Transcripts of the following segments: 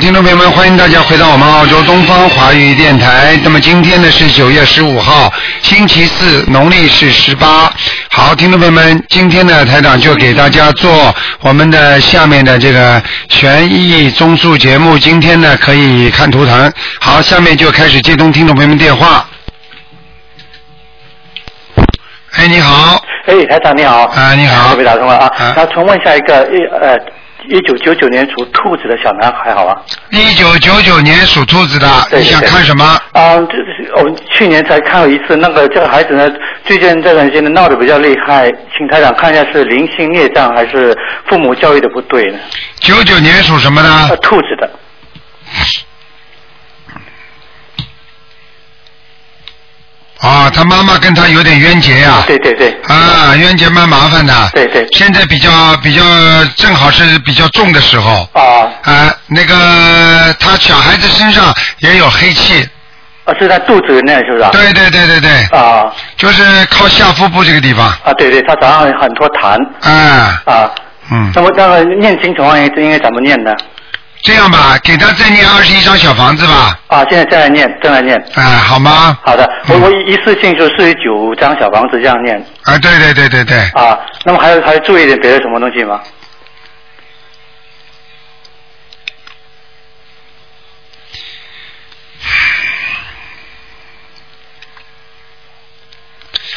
听众朋友们，欢迎大家回到我们澳洲东方华语电台。那么今天呢是九月十五号，星期四，农历是十八。好，听众朋友们，今天呢台长就给大家做我们的下面的这个悬疑综述节目。今天呢可以看图腾。好，下面就开始接通听众朋友们电话。哎，你好，哎，台长你好。啊你好又被打通了啊。啊那重问一下一个一呃一九九九年属兔子的小男孩好吧？一九九九年属兔子的，对你想对看什么？啊，这是我们去年才看过一次，那个这个孩子呢，最近这段时间闹得比较厉害，请台长看一下是灵性孽障还是父母教育的不对呢？九九年属什么呢呃，？兔子的，啊，他妈妈跟他有点冤结呀、啊。对对对，啊，冤结蛮麻烦的。对对现在比较比较正好是比较重的时候。啊啊，那个他小孩子身上也有黑气。啊是在肚子那是不是啊？对对对对对，啊就是靠下腹部这个地方。啊对对，他早上很多痰啊，啊。嗯那，么那个念经怎么样应该怎么念呢？这样吧，给他再念二十一张小房子吧。啊，现在正在念，正在念。啊，好吗？好的，我嗯我一次性就四十九张小房子这样念啊，对对对对对，啊。那么还有还有注意点别的什么东西吗？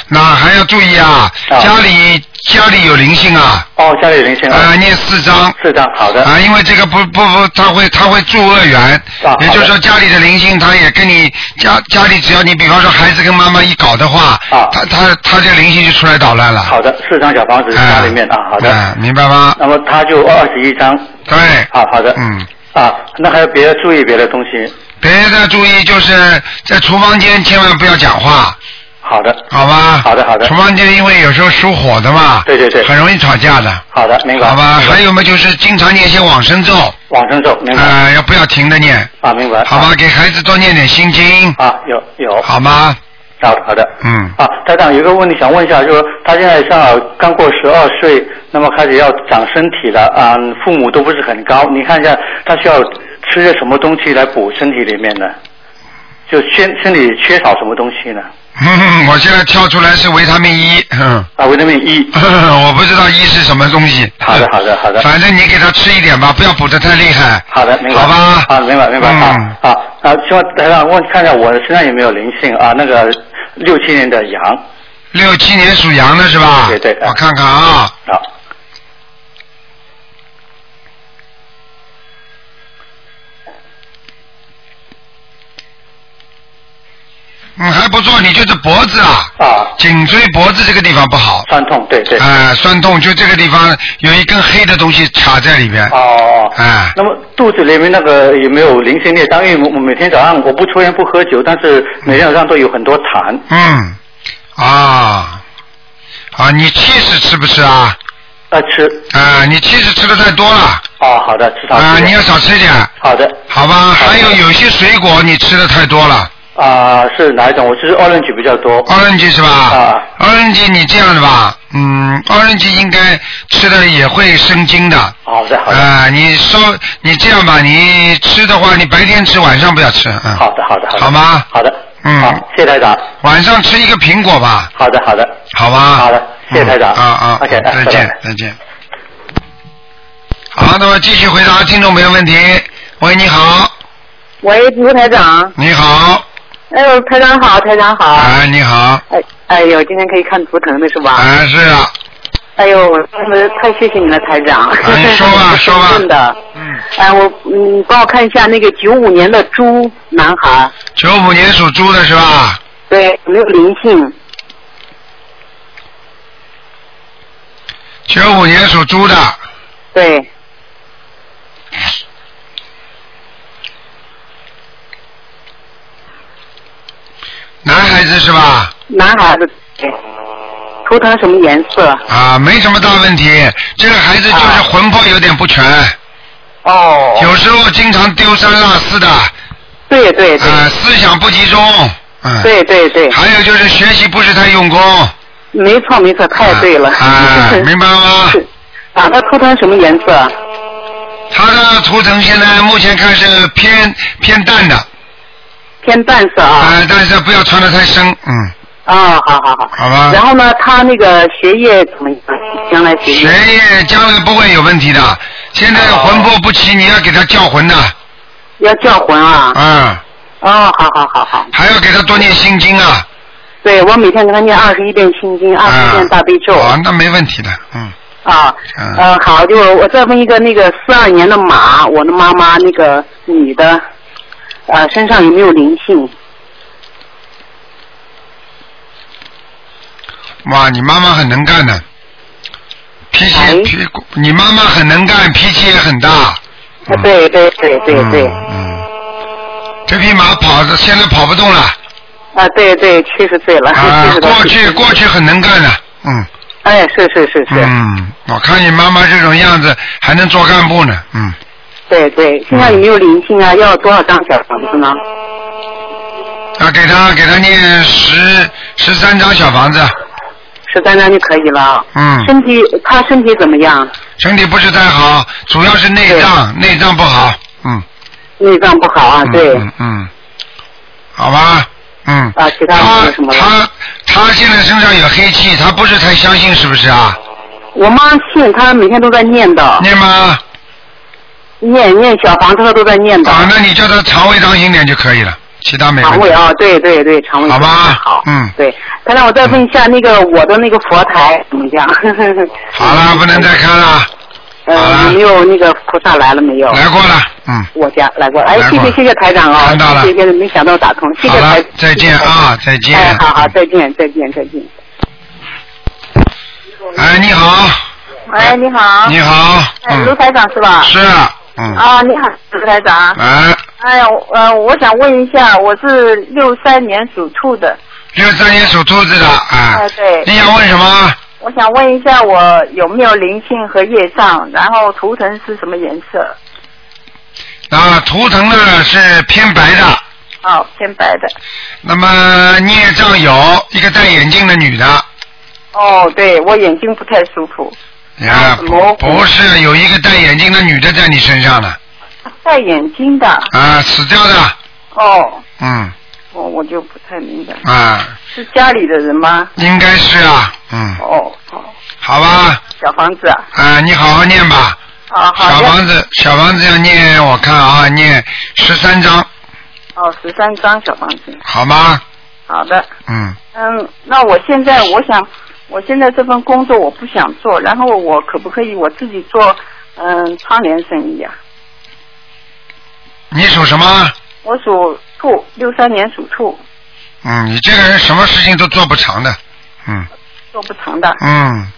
那还要注意啊，啊家里家里有灵性啊，哦，家里有灵性啊，啊，念四张。四张，好的，啊，因为这个不不不，他会他会助恶缘，啊也就是好说的家里的灵性，他也跟你家家里只要你比方说孩子跟妈妈一搞的话，啊他他他这个灵性就出来捣乱了。好的，四张小房子哎，家里面啊，好的。哎明白吗？那么他就二十一张，对，好好的嗯，啊，那还有别的注意别的东西，别的注意就是在厨房间千万不要讲话，好的，好吧？好的好的厨房间因为有时候属火的嘛，对对对很容易吵架的，好的，明白。好吧？明白还有嘛，就是经常念一些往生咒，往生咒，明白啊，要不要停的念？啊，明白。好吧，给孩子多念点心经，啊，有有，好吗？好的好的。嗯。 啊，台长有一个问题想问一下，就是他现在正好刚过十二岁，那么开始要长身体了，啊、父母都不是很高，你看一下他需要吃些什么东西来补身体里面呢？就身身体缺少什么东西呢？嗯，我现在跳出来是维他命 E，嗯， 啊，维他命 E。我不知道 E 是什么东西。好的好的好的反正你给他吃一点吧，不要补得太厉害。好的，明嗯白。好吧。啊，明白明白。嗯啊，啊，啊，希望台长问看一下我身上有没有灵性啊？那个六七年的羊六七年属羊的是吧？对对对我看看啊，啊，嗯，还不错，你就是脖子啊，啊，颈椎脖子这个地方不好，酸痛，对对。哎、酸痛，就这个地方有一根黑的东西卡在里边，哦，哎那么肚子里面那个有没有零星的？当然，我我每天早上我不抽烟不喝酒，但是每天早上都有很多痰。嗯，啊，啊，你气是吃不吃啊？啊，吃啊、你气是吃的太多了，啊、哦，好的，吃少吃你点。要少吃一点。好的好吧，还有有些水果你吃的太多了啊、是哪一种？我吃 orange 比较多。 ，orange 是吧？啊 orange 你这样的吧，嗯，orange 应该吃的也会生津的。好的，好的，啊，你稍你这样吧，你吃的话，你白天吃，晚上不要吃，嗯，好的，好的，好的。好吗好的，嗯好，谢谢台长。晚上吃一个苹果吧，好的，好的。好吧？好的谢谢台长嗯啊啊 OK，再拜拜见，再见。好，那么继续回答听众朋友问题。喂，你好，喂，卢台长。你好，哎呦，台长好，台长啊好。哎，你好，哎哎呦，今天可以看图腾的是吧？哎，是啊，哎呦，我真的太谢谢你了，台长。哎说吧 说吧真的。嗯，哎，我嗯，帮我看一下那个九五年的猪男孩，九五年属猪的是吧？对，有没有灵性？九五年属猪的，对，男孩子是吧？男孩子。对图腾什么颜色？啊，没什么大问题。这个孩子就是啊魂魄有点不全，哦有时候经常丢三落四的，啊、对对对、思想不集中，嗯，，对对对，还有就是学习不是太用功，没错哎没错，太对了。 啊，啊明白了吗？是啊，他图腾什么颜色？他的图腾现在目前看是偏偏淡的，偏淡色啊、啊。但是不要穿的太深，嗯，啊，好好好。好吧然后呢，他那个学业怎么样？将来学学业？业将来不会有问题的。现在哦魂魄不齐，你要给他叫魂的，要叫魂啊。嗯，哦，好好好好。还要给他多念心经啊，对，我每天给他念二十一遍心经，二十一啊遍大悲咒。啊，那没问题的，嗯，啊，嗯呃，好，就我再问一个，那个四二年的马，我的妈妈那个女的，呃，身上有没有灵性？哇，你妈妈很能干的，脾气哎脾骨，你妈妈很能干，脾气也很大，啊，对对对对对，嗯，嗯，这匹马跑的现在跑不动了，啊，对对，七十岁了，七啊，十多过岁去过去很能干的，嗯哎，是是是是，嗯，我看你妈妈这种样子还能做干部呢，嗯，对对，身上有没有灵性啊？要多少张小房子呢？啊，给她给她念十十三张小房子，十三张就可以了。嗯身体，她身体怎么样？身体不是太好，主要是内脏内脏不好，嗯，内脏不好啊，嗯对，嗯嗯，好吧，嗯，啊其他没有什么了他他现在身上有黑气，他不是太相信是不是啊？我妈信，她每天都在念的，念吗？念念小房子她都在念的。啊，那你叫他肠胃当心点就可以了，其他没问肠题胃。啊，对对对，肠胃好吧不太好，嗯对。他让我再问一下那个我的那个佛台怎么样？ 好了，嗯不能再看了，好了 呃，有没有那个菩萨来了没有？来过了，嗯，我家来过，哎，来谢过谢谢谢台长啊，看到了谢谢，没想到打通，谢好谢台了，再见啊，再见。哎，好好，再见再见再见。嗯哎，你啊好，喂，哎你好。你好，哎，卢嗯，台长是吧？是啊，嗯，啊，你好，卢台长。来，哎呀，我呃，我想问一下，我是六三年属兔的，六三年属兔子的啊哎，对你想问什么？我想问一下我有没有灵性和业障，然后图腾是什么颜色？啊，图腾呢是偏白的，哦，偏白的。那么孽障有一个戴眼镜的女的，哦，对，我眼睛不太舒服，啊，模不糊不是有一个戴眼镜的女的在你身上呢，戴眼睛的。啊，死掉的，哦，嗯，我我就不太明白，啊，是家里的人吗？应该是啊，嗯，哦，哦，好吧，小房子啊，啊，你好好念吧，啊小好要房子小房子要念，我看啊，念十三章，哦，十三张小房子，好吗？好的。嗯，嗯，那我现在我想，我现在这份工作我不想做，然后我可不可以我自己做嗯窗帘生意啊？你属什么？我属兔，六三年属兔，嗯，你这个人什么事情都做不长的，嗯。做不长的。嗯，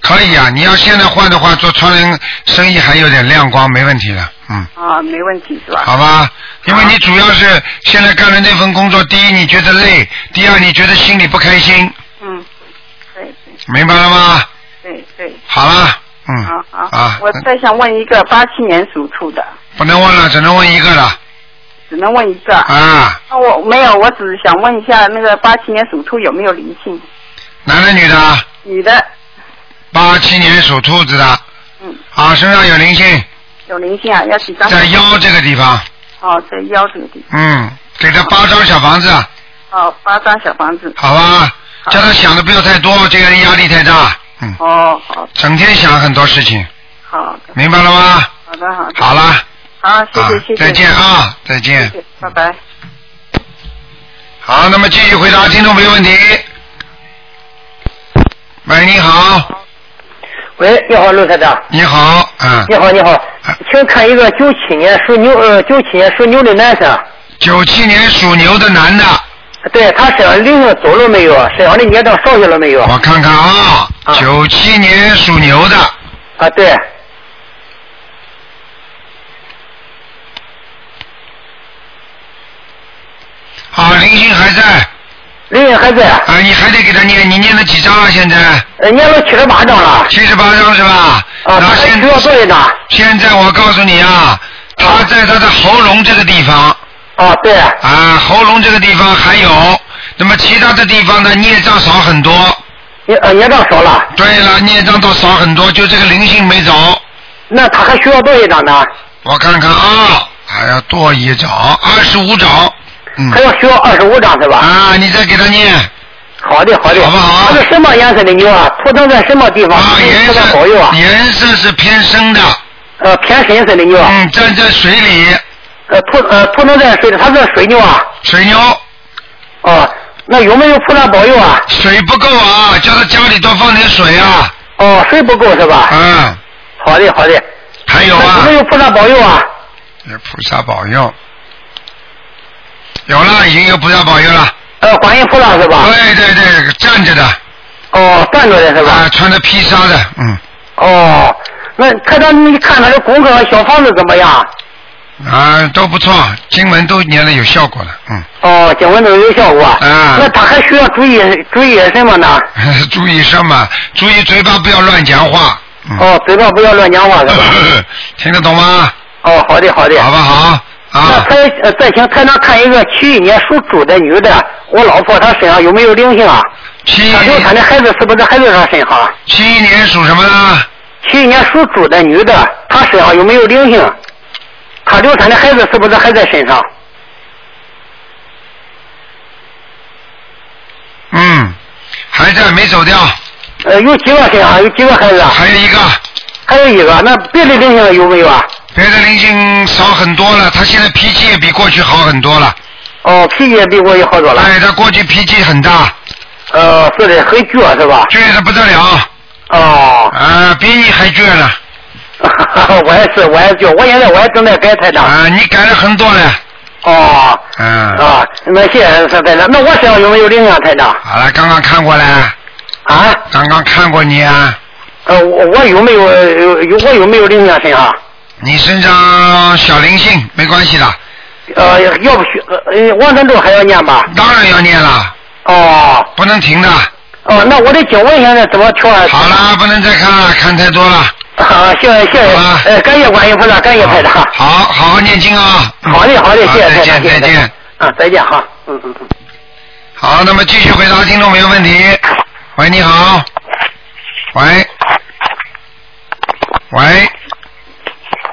可以啊，你要现在换的话，做窗帘生意还有点亮光，没问题的，嗯，啊，没问题是吧？好吧，因为你主要是现在干的那份工作，第一你觉得累，第二你觉得心里不开心，嗯，对对明白了吗？对对，好了，嗯，好好。啊，我再想问一个八七年属兔的，不能问了，只能问一个了，只能问一个。啊，那我没有，我只是想问一下那个八七年属兔有没有灵性？男的女的，女的，八七年属兔子的，嗯，啊，身上有灵性，有灵性啊，要几张？在腰这个地方，哦，在腰这个地方。嗯，给他八张小房子，哦，八张小房子。好吧，好叫他想的不要太多，这个人压力太大，嗯。哦，好整天想很多事情，好的，明白了吗？好的，好的，好了，好，谢啊谢，谢谢，再见，啊，再谢见。谢，拜拜。好，那么继续回答听众朋友问题。喂，你好，喂，你好，陆台长。你好，嗯你，好，你好，请看一个九七年属牛，呃，九七年属牛的男生，九七年属牛的男的，啊对他身上灵性走了没有？身上的孽障烧去了没有？我看看啊，啊九七年属牛的，啊，对，啊，灵性还在，灵性还在，啊，你还得给他念，你念了几张啊？现在呃，念了七十八章了，啊，七十八张是吧？他然后还现需要多一张？现在我告诉你啊，他在他的喉咙这个地方。啊，对，啊，喉咙这个地方还有，那么其他的地方呢，孽障少很多。孽呃孽障少了，对了，孽障倒少很多，就这个灵性没走。那他还需要多少张呢？我看看啊，还要多一张，二十五张。嗯还。要需要二十五张是吧？啊，你再给他念好的，好的。好不好啊他是什么颜色的牛啊？图腾在什么地方？啊，颜求色他保佑啊！颜色是偏深的，呃，偏深色的牛啊。嗯，站在水里，呃，图呃图腾在水里，它是水牛啊。水牛哦，那有没有菩萨保佑啊？水不够啊，叫他家里多放点水啊，哦，水不够是吧？嗯，好的，好的。还有那有啊没，有菩萨保佑啊？有菩萨保佑，有了，已经有菩萨保佑了，呃，观音菩萨是吧？对对对，站着的哦，站着的是吧？啊，穿着披纱的，嗯，哦，那台长，你看他的功课和小房子怎么样？啊，都不错，经文都念的有效果了，嗯， 哦，经文都有效果。啊嗯那他还需要注意注意什么呢？注意什么？注意嘴巴不要乱讲话， 嗯，哦，嘴巴不要乱讲话是吧？听得懂吗？哦，好的好的。好不好？那啊，台呃再请台长看一个七一年属猪的女的，我老婆她身上有没有灵性啊？七她流产的孩子是不是孩子她身上啊？七一年属什么呢？七一年属猪的女的，她身上有没有灵性？她流产的孩子是不是还在身上？嗯，还在没走掉，呃，有几个身上？有几个孩子？啊？还有一个，还有一个，那别的灵性有没有啊？别的灵性少很多了，他现在脾气也比过去好很多了。哦，脾气也比我也好多了。哎，他过去脾气很大，呃，是的，很倔是吧？倔的不得了，哦， 啊，比你还倔呢，我也是，我也倔，我现在我也正在改台长。啊，你改了很多了，哦，嗯，啊，那谢谢台长。那我身上有没有灵啊，台长？好了，刚刚看过了，啊？刚刚看过你啊，呃，我我有没有有有我有没有灵啊，身上？你身上小灵性没关系的，呃，要不需呃往上咒还要念吧？当然要念了，哦不能停的。哦，那我的经文现在怎么调啊？好了，不能再看了，看太多了。啊，谢谢谢谢好吧，呃，感谢观音菩萨，感谢台长。好，好好念经啊。嗯好嘞好嘞，谢谢再台见长，谢再谢台长见。。啊，再见哈，嗯嗯嗯。好，那么继续回答听众朋友问题。喂，你好。喂。喂，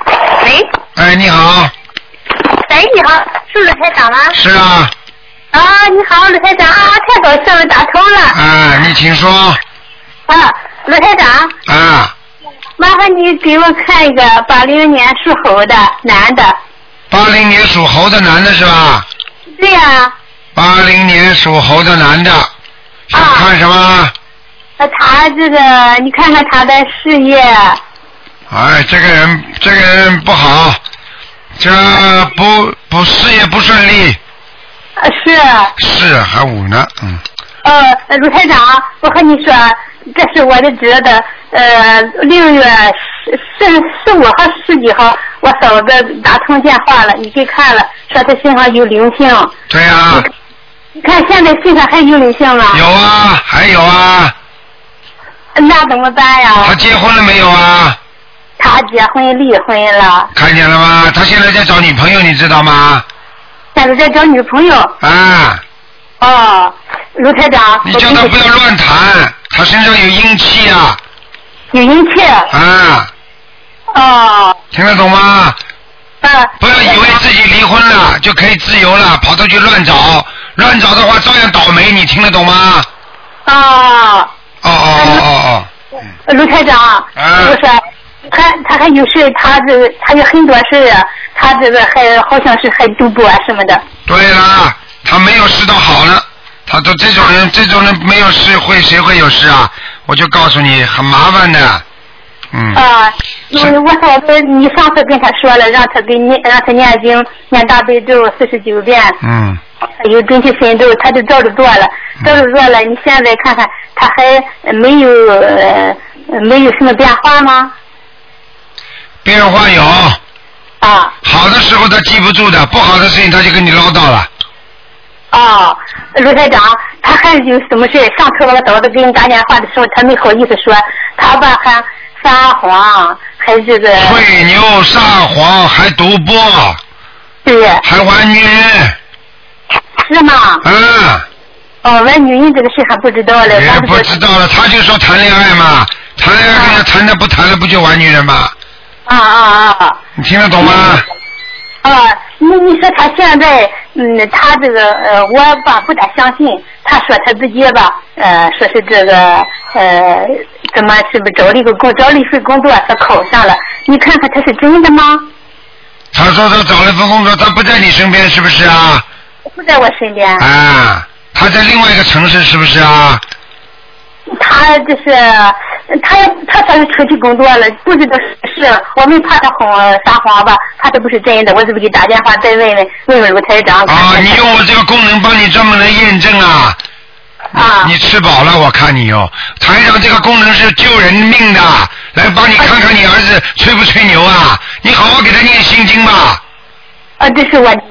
喂，哎，你好，喂，哎你好，是鲁台长吗？是啊，啊，你好，鲁台长啊，太高兴了，打通了啊，你请说，啊，鲁台长，啊，麻烦你给我看一个八零年属猴的男的，八零年属猴的男的是吧？对呀、啊，八零年属猴的男的，想啊看什么？他这个你看看他的事业，哎，这个人，这个人不好，这不不事业不顺利，呃是，是还五呢，嗯。呃，鲁台长，我和你说，这是我的侄子，呃，六月十十十五号、十几号，我嫂子打通电话了，你给看了，说他身上有灵性。对呀、你看现在身上还有灵性吗？有啊，还有啊，那怎么办他呀？结婚了没有啊？他结婚离婚了，看见了吗？他现在在找女朋友，你知道吗？现在在找女朋友。啊，哦，卢台长，你叫他我不跟要乱谈，他身上有阴气啊，有阴气。啊，哦，听得懂吗？呃，不要以为自己离婚了就可以自由了，跑出去乱找，乱找的话照样倒霉，你听得懂吗？哦，哦哦哦哦卢台长，嗯就是他他还有事，他这个他有很多事，啊他这个还好像是还赌博啊什么的。哦，对啦，他没有事倒好了，他都这种人，这种人没有事会谁会有事啊？我就告诉你，很麻烦的，嗯。啊，我是我嫂子，你上次跟他说了，让他给你让他念经，念大悲咒四十九遍。嗯，有准提神咒，他就照着做了，照着做了。你现在看看，他还没有、呃、没有什么变化吗？变化有，啊好的时候他记不住的，不好的事情他就跟你唠叨了。啊，卢台长，他还有什么事？上次我嫂子给你打电话的时候，他没好意思说，他吧还撒谎，还这个吹牛、撒谎，还赌博，对，还玩女人，是吗？啊，哦，玩女人这个事还不知道嘞，也完不了知道了。他就说谈恋爱嘛，谈恋爱跟人家谈的不谈了，不就玩女人嘛？啊啊啊！你听得懂吗？啊，你你说他现在，嗯，他这个呃，我吧不大相信。他说他自己吧，呃，说是这个呃，怎么是不是找了一个工，找了一份工作，他考上了。你看看他是真的吗？他说他找了份工作，他不在你身边，是不是啊？不在我身边，啊，他在另外一个城市，是不是啊？他就是他他说是出去工作了，不知道是是，我们怕他哄撒谎吧，怕他不是真的，我这不给打电话再问问问问卢台长。啊，你用我这个功能帮你专门来验证啊。啊你吃饱了，我看你哟。台长这个功能是救人命的，来帮你看看你儿子吹不吹牛啊？你好好给他念心经吧，啊，这是我觉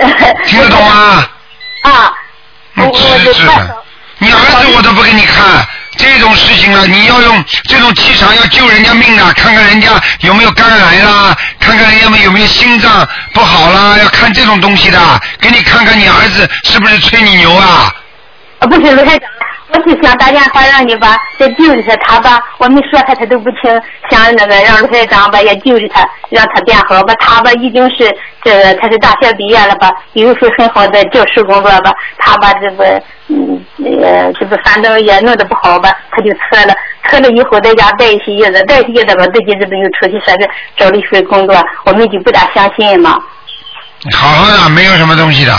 得。听得懂吗？ 啊，我嗯我是就是看到的。你儿子我都不给你看，这种事情啊，你要用这种气场要救人家命啊，看看人家有没有肝癌啦，看看人家有没有心脏不好啦，要看这种东西的，给你看看你儿子是不是吹你牛啊？啊，不是卢台长，我就想打电话让你吧，也救着他吧。我们说他他都不听，想那个让卢台长吧也救着他，让他变好吧。他吧已经是这个他是大学毕业了吧，有一份很好的教师工作吧。他吧这不嗯呃这不反正也弄得不好吧，他就辞了。辞了以后在家待一些日子，待一些日子吧，自己这不又出去说是找了一份工作，我们就不大相信嘛。你好好的，没有什么东西的。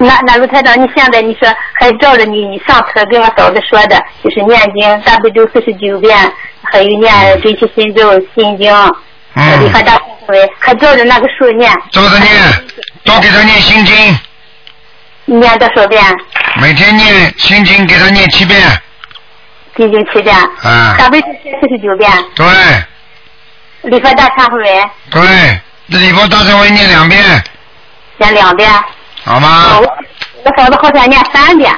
那那卢台长，你现在你说还照着你你上次跟我嫂子说的，就是念经大悲咒四十九遍，还有念准提心咒心经，呃礼嗯佛，大忏悔，还照着那个数念，照着嗯念，多给他念心经，念多少遍？每天念心经给他念七遍，心经七遍，啊，大悲咒四十九遍，对礼佛大忏悔文对，礼佛大忏悔念两遍，念两遍，啊好吗我？我嫂子好像念三遍，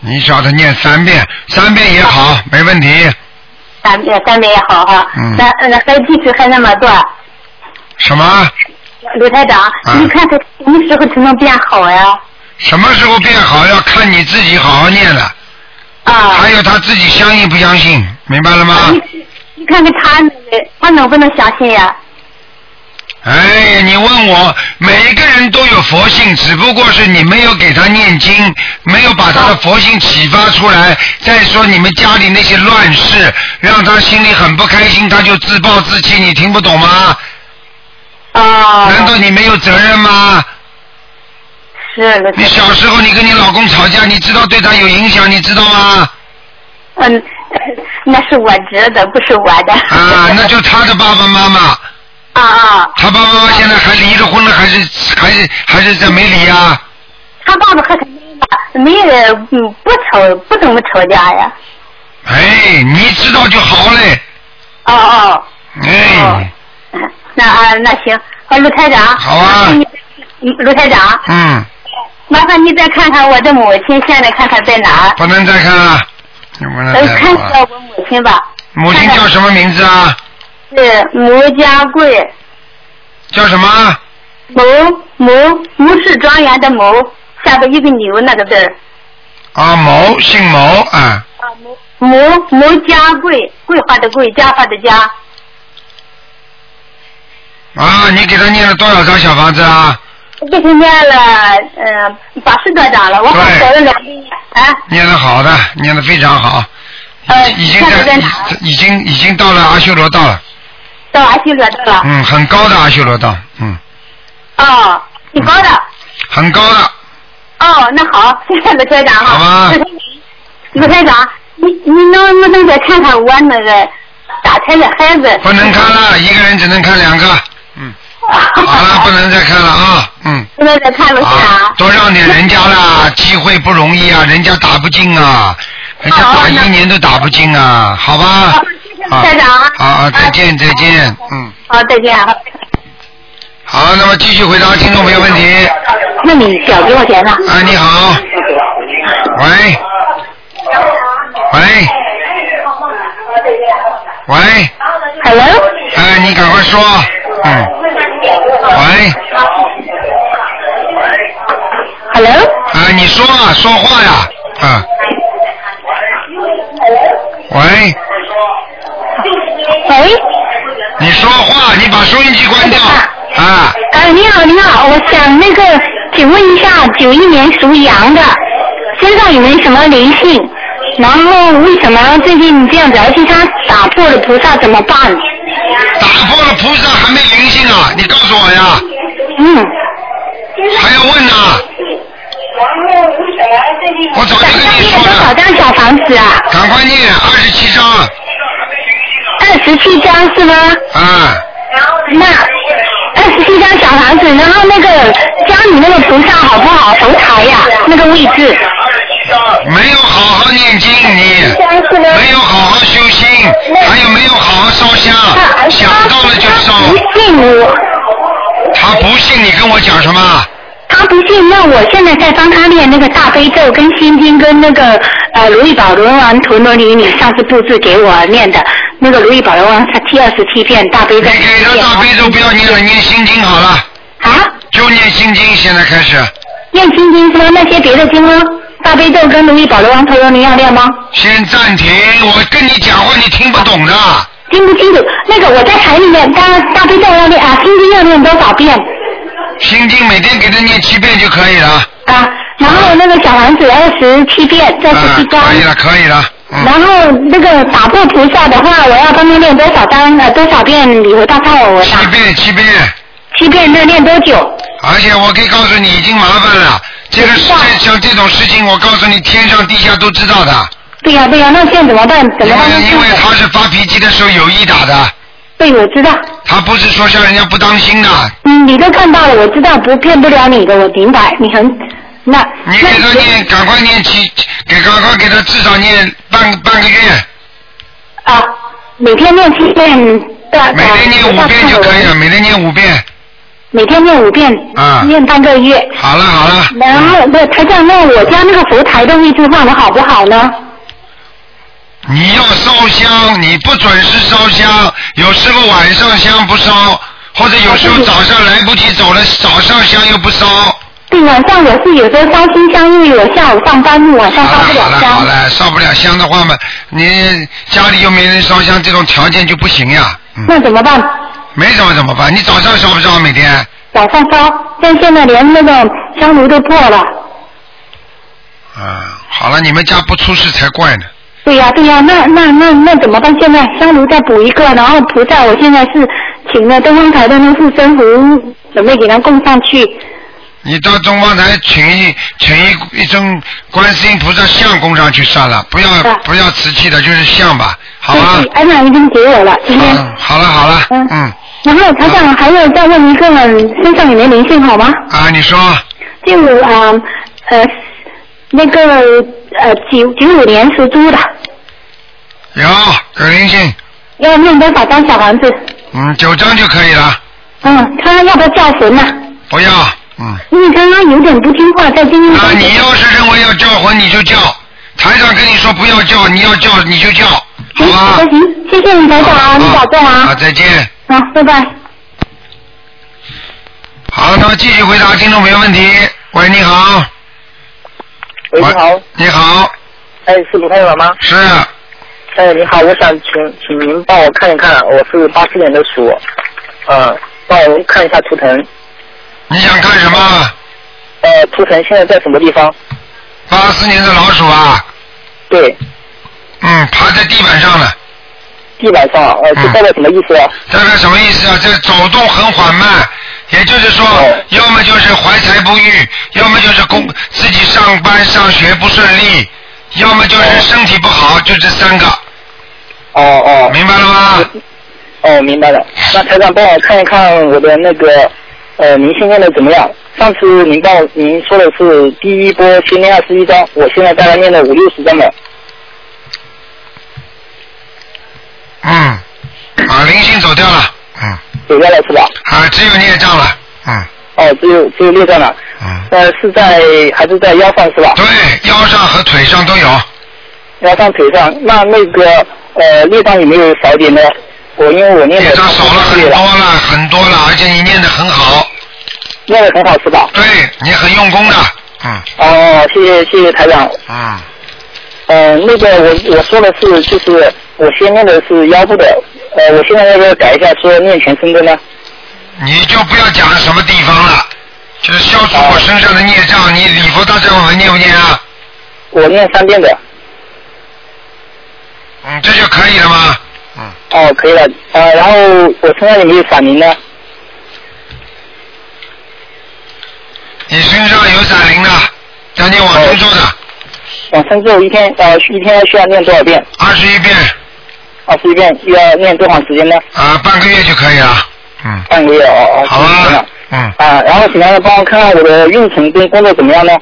你叫他念三遍，三遍也好，没问题。三遍三遍也好哈嗯，那那还继续还那么多。什么？刘台长，嗯你看他什么时候才能变好呀？什么时候变好要看你自己好好念了，啊。还有他自己相信不相信，明白了吗？你你看看他那个，他能不能相信呀、哎，你问我，每个人都有佛性，只不过是你没有给他念经，没有把他的佛性启发出来。再说你们家里那些乱事，让他心里很不开心，他就自暴自弃，你听不懂吗？啊？难道你没有责任吗？是的，你是小时候你跟你老公吵架，你知道对他有影响，你知道吗？嗯， 那是我侄子，不是我的。啊，那就他的爸爸妈妈， 啊啊，他爸爸妈妈现在还离了婚了，还是还是还是在没离啊？他爸爸和他妈妈没有嗯不吵，不怎么吵架呀。哎，你知道就好嘞，哦哦，哎。哦那啊那行，啊卢台长，好啊麻烦你嗯卢台长，嗯，麻烦你再看看我的母亲，现在看看在哪儿？不嗯啊能再看了，你不能呃，再看看一了下。我母亲吧，母亲叫什么名字啊？是牟家贵。叫什么？牟牟牟氏庄园的牟，下边一个牛那个字儿。啊，某，姓某啊，啊，牟牟牟家桂，桂花的桂，家花的家。啊，你给他念了多少张小房子啊？这是念了，呃，八十多张了，我还少了两个月啊。念的好的，念的非常好，呃，已经现在在在哪儿？已已经已经到了阿修罗道了，到阿修罗道了。嗯，很高的阿修罗道，嗯，哦，挺高的。很高的，哦，那好， 谢谢罗台长好吧啊。卢台长，你你能不能再看看我那个打胎的孩子？不能 看了，一个人只能看两个，嗯，好了，不能再看了啊，嗯。不能再看了，是啊吧，？多让点人家啦，机会不容易啊，人家打不进啊，人家打一年都打不进啊，好吧好？啊台长好啊，再见再见，嗯，好，再见啊。好，那么继续回答听众朋友问题。那你小给我钱呢？啊，你好，喂，喂，喂， Hello，哎，你赶快说，嗯，喂， Hello，啊，你说啊，说话呀，啊，喂，喂，你说话，你把收音机关掉啊！呃，你好，你好，我想那个，请问一下，九一年属羊的身上有没有什么灵性？然后为什么最近这样子，而且他打破了菩萨怎么办？打破了菩萨还没灵性啊！你告诉我呀，嗯，还要问呢、啊我早就跟要你念说多少了，张小房子啊？赶快念二十七章二十七张是吗？啊！那二十七张小房子，然后那个家里那个菩萨好不好？头台呀、那个位置。没有好好念经你。是呢没有好好修心，还有没有好好烧香，想到了就烧。不信我，他不信你跟我讲什么？他不信，那我现在在帮他练那个大悲咒、跟心经、跟那个呃如意宝轮王陀罗尼，你上次布置给我念的那个如意宝轮王，他七二十七遍大悲你咒。给他大悲咒不要念了，念心经好了，啊，就念心经，现在开始。念心经是吗？那些别的经呢？大悲咒跟如意宝轮王陀罗尼要练吗？先暂停，我跟你讲话你听不懂的，听不清楚。那个我在台里面，大大悲咒要念啊，心经要念多少遍心经每天给他念七遍就可以了。啊？然后那个小房子二十七遍，再啊十七，章。可以了，可以了。然嗯，后那个打破菩萨的话，我要帮他念多少章呃多少遍礼佛大忏悔文七啊？遍，七遍。七遍，那念多久？而且我可以告诉你，已经麻烦了。这个世界像这种事情，我告诉你，天上地下都知道的。对呀、对呀、那现在怎么办？怎因么办？为因为他是发脾气的时候有意打的，对，我知道，他不是说像人家不当心的。嗯，你都看到了，我知道不骗不了你的，我明白，你很那你那哎给他念，赶快念七，给赶快给他至少念半半个月，啊，每天念七遍大每天念五遍就可以了，每天念五遍。每天念五遍，啊念半个月。好了好了，然后，那台长，那我家那个佛台的位置放的好不好呢？你要烧香，你不准时烧香，有时候晚上香不烧，或者有时候早上来不及走了，早上香又不烧。对，晚上我是有时候烧新香，因为我下午上班，晚上烧好不了好了了好香。了，烧不了香的话嘛，你家里又没人烧香，这种条件就不行呀。嗯，那怎么办？没什么怎么办？你早上烧不烧每天？早上烧，但现在连那个香炉都破了。啊，好了，你们家不出事才怪呢。对呀、对呀、那那那那怎么办？现在香炉再补一个，然后菩萨，我现在是请了东方台的那护身符，准备给他供上去。你到东方台请一请一一尊观世音菩萨像供上去算了，不要对不要瓷器的，就是像吧，好吧对，？嗯安娜已经给我了，今天。嗯，好了好了，嗯嗯，然后台长还有再问一个，身上有没有灵性好吗？啊，你说就啊呃那个呃九九五年属猪的，有有灵性，要念多少张小房子？嗯，九张就可以了，嗯，他要不要叫魂呐、不要，嗯。因为刚刚有点不听话，在今天啊，你要是认为要叫魂，你就叫。台长跟你说不要叫，你要叫你就叫，好行，吧好？的行，谢谢你台长嗯啊，你保重好，啊，再见。好，拜拜。好，那么继续回答听众朋友问题。喂，你好。喂，你好喂，。你好，哎，是卢太长吗？是哎，你好，我想请请您帮我看一看，我是八四年的鼠，呃，帮我看一下图腾，你想看什么？呃，图腾现在在什么地方？八四年的老鼠啊，对，嗯，趴在地板上了，地板上，呃，嗯这代表什么意思啊？代表什么意思啊？这走动很缓慢，也就是说哦，要么就是怀才不遇，要么就是工自己上班上学不顺利，要么就是哦身体不好，就这三个。哦哦，明白了吗？哦，明白了。那台长帮我看一看我的那个，呃，您现在的怎么样？上次您帮我您说的是第一波先念二十一章，我现在大概念了五六十章了。嗯，啊，灵性走掉了，嗯，走下来是吧？啊，只有孽障了，嗯哦，只有只有六章了。嗯，呃，是在还是在腰上是 吧？对，腰上和腿上都有，腰上腿上，那那个呃裂伤有没有少点呢？我因为我念孽的障少了很多了，很多了，而且你念得很好，念的很好是吧？对你很用功的，嗯哦，谢谢谢谢台长。嗯，呃，那个我我说的是就是我先念的是腰部的，呃，我现在要不要改一下说念全身的呢？你就不要讲什么地方了，就是消除我身上的孽障。你礼佛大忏悔文念不念啊？我念三遍的。嗯，这就可以了吗？哦，可以了。呃，然后我身上有没有闪灵呢？你身上有闪灵的，要念往生咒的往生咒一天呃一天需要念多少遍？二十一遍二十一遍要念多长时间呢？啊，半个月就可以了。嗯，半个月哦哦。好行啊了，嗯，啊，然后请大家帮我看看我的运程跟工作怎么样呢？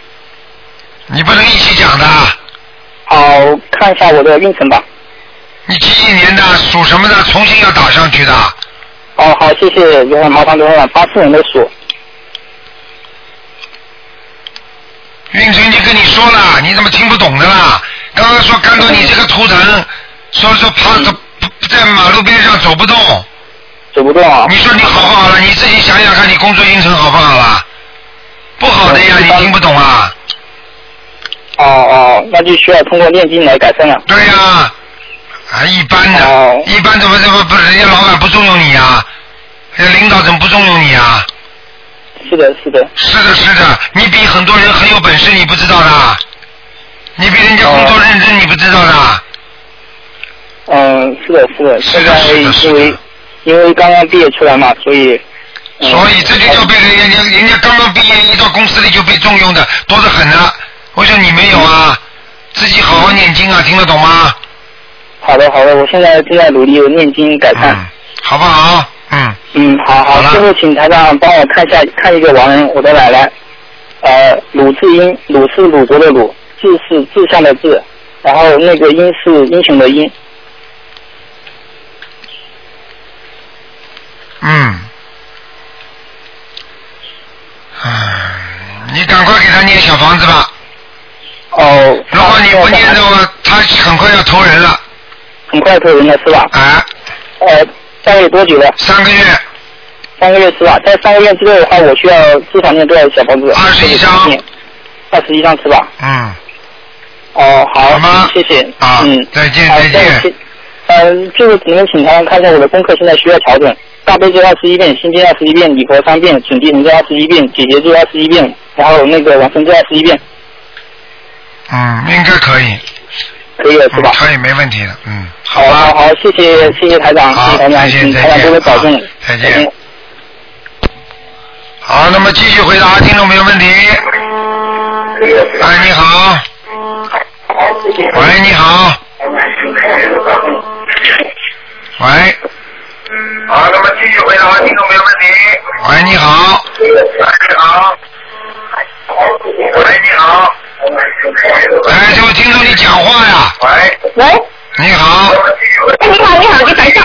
你不能一起讲的。好，看一下我的运程吧。你几几年的，属什么的，重新要打上去的。哦，好，谢谢卢总，麻烦卢总，八四年的鼠。运程已经跟你说了，你怎么听不懂的啦？刚刚说看到你这个图腾，说说趴着在马路边上走不动，走不动啊你。说你好不好了？你自己想想看，你工作运程好不好啦？不好的呀，嗯你听不懂啊？哦哦，那就需要通过念经来改善了。对呀、啊，一般的哦，一般怎么怎么不人家老板不重用你啊？人家领导怎么不重用你啊？是的，是的。是的，是的，你比很多人很有本事，你不知道的。你比人家工作认真，你不知道的。嗯，是的，是的。是现的在是的是因的为因为刚刚毕业出来嘛，所以。嗯所以这就叫被人家人家刚刚毕业一到公司里就被重用的多得很呢。我说你没有嗯啊，自己好好念经啊，听得懂吗？好的，好的，我现在正在努力念经改善。嗯，好不好？嗯，嗯，好好好，了最后请台长帮我看一下看一个亡人，我的奶奶，呃，鲁智英，鲁是鲁国的鲁，智是志向的志，然后那个英是英雄的英，嗯，唉，你赶快给他念小房子吧。哦，如果你不念的话，话，他很快要投人了。很快投人了是吧？啊，呃，大概有多久了？三个月，三个月是吧？在三个月之内的话，我需要至少念多少小房子？ 21张二十一张是吧？嗯，哦，好，好吗谢谢，啊嗯，，再见，好再见。。嗯，就是能请台上看一下我的功课现在需要调整。大悲咒二十一遍，心经二十一遍，礼佛三遍，准提神咒二十一遍，解结咒二十一遍，然后那个往生咒二十一遍，嗯，应该可以，可以了是嗯吧？可以没问题的，嗯，好好好，谢谢谢谢台长，谢好谢再台长，见请再台长见多多保重啊，再见好，那么继续回答听众朋友问题。哎，你好。喂，你好。喂。好，那么继续回答听众朋友问题。喂，你好。你好。喂，你好。哎，这位听众，你讲话呀。喂。喂，你好，哎，你好，你好，你等一下，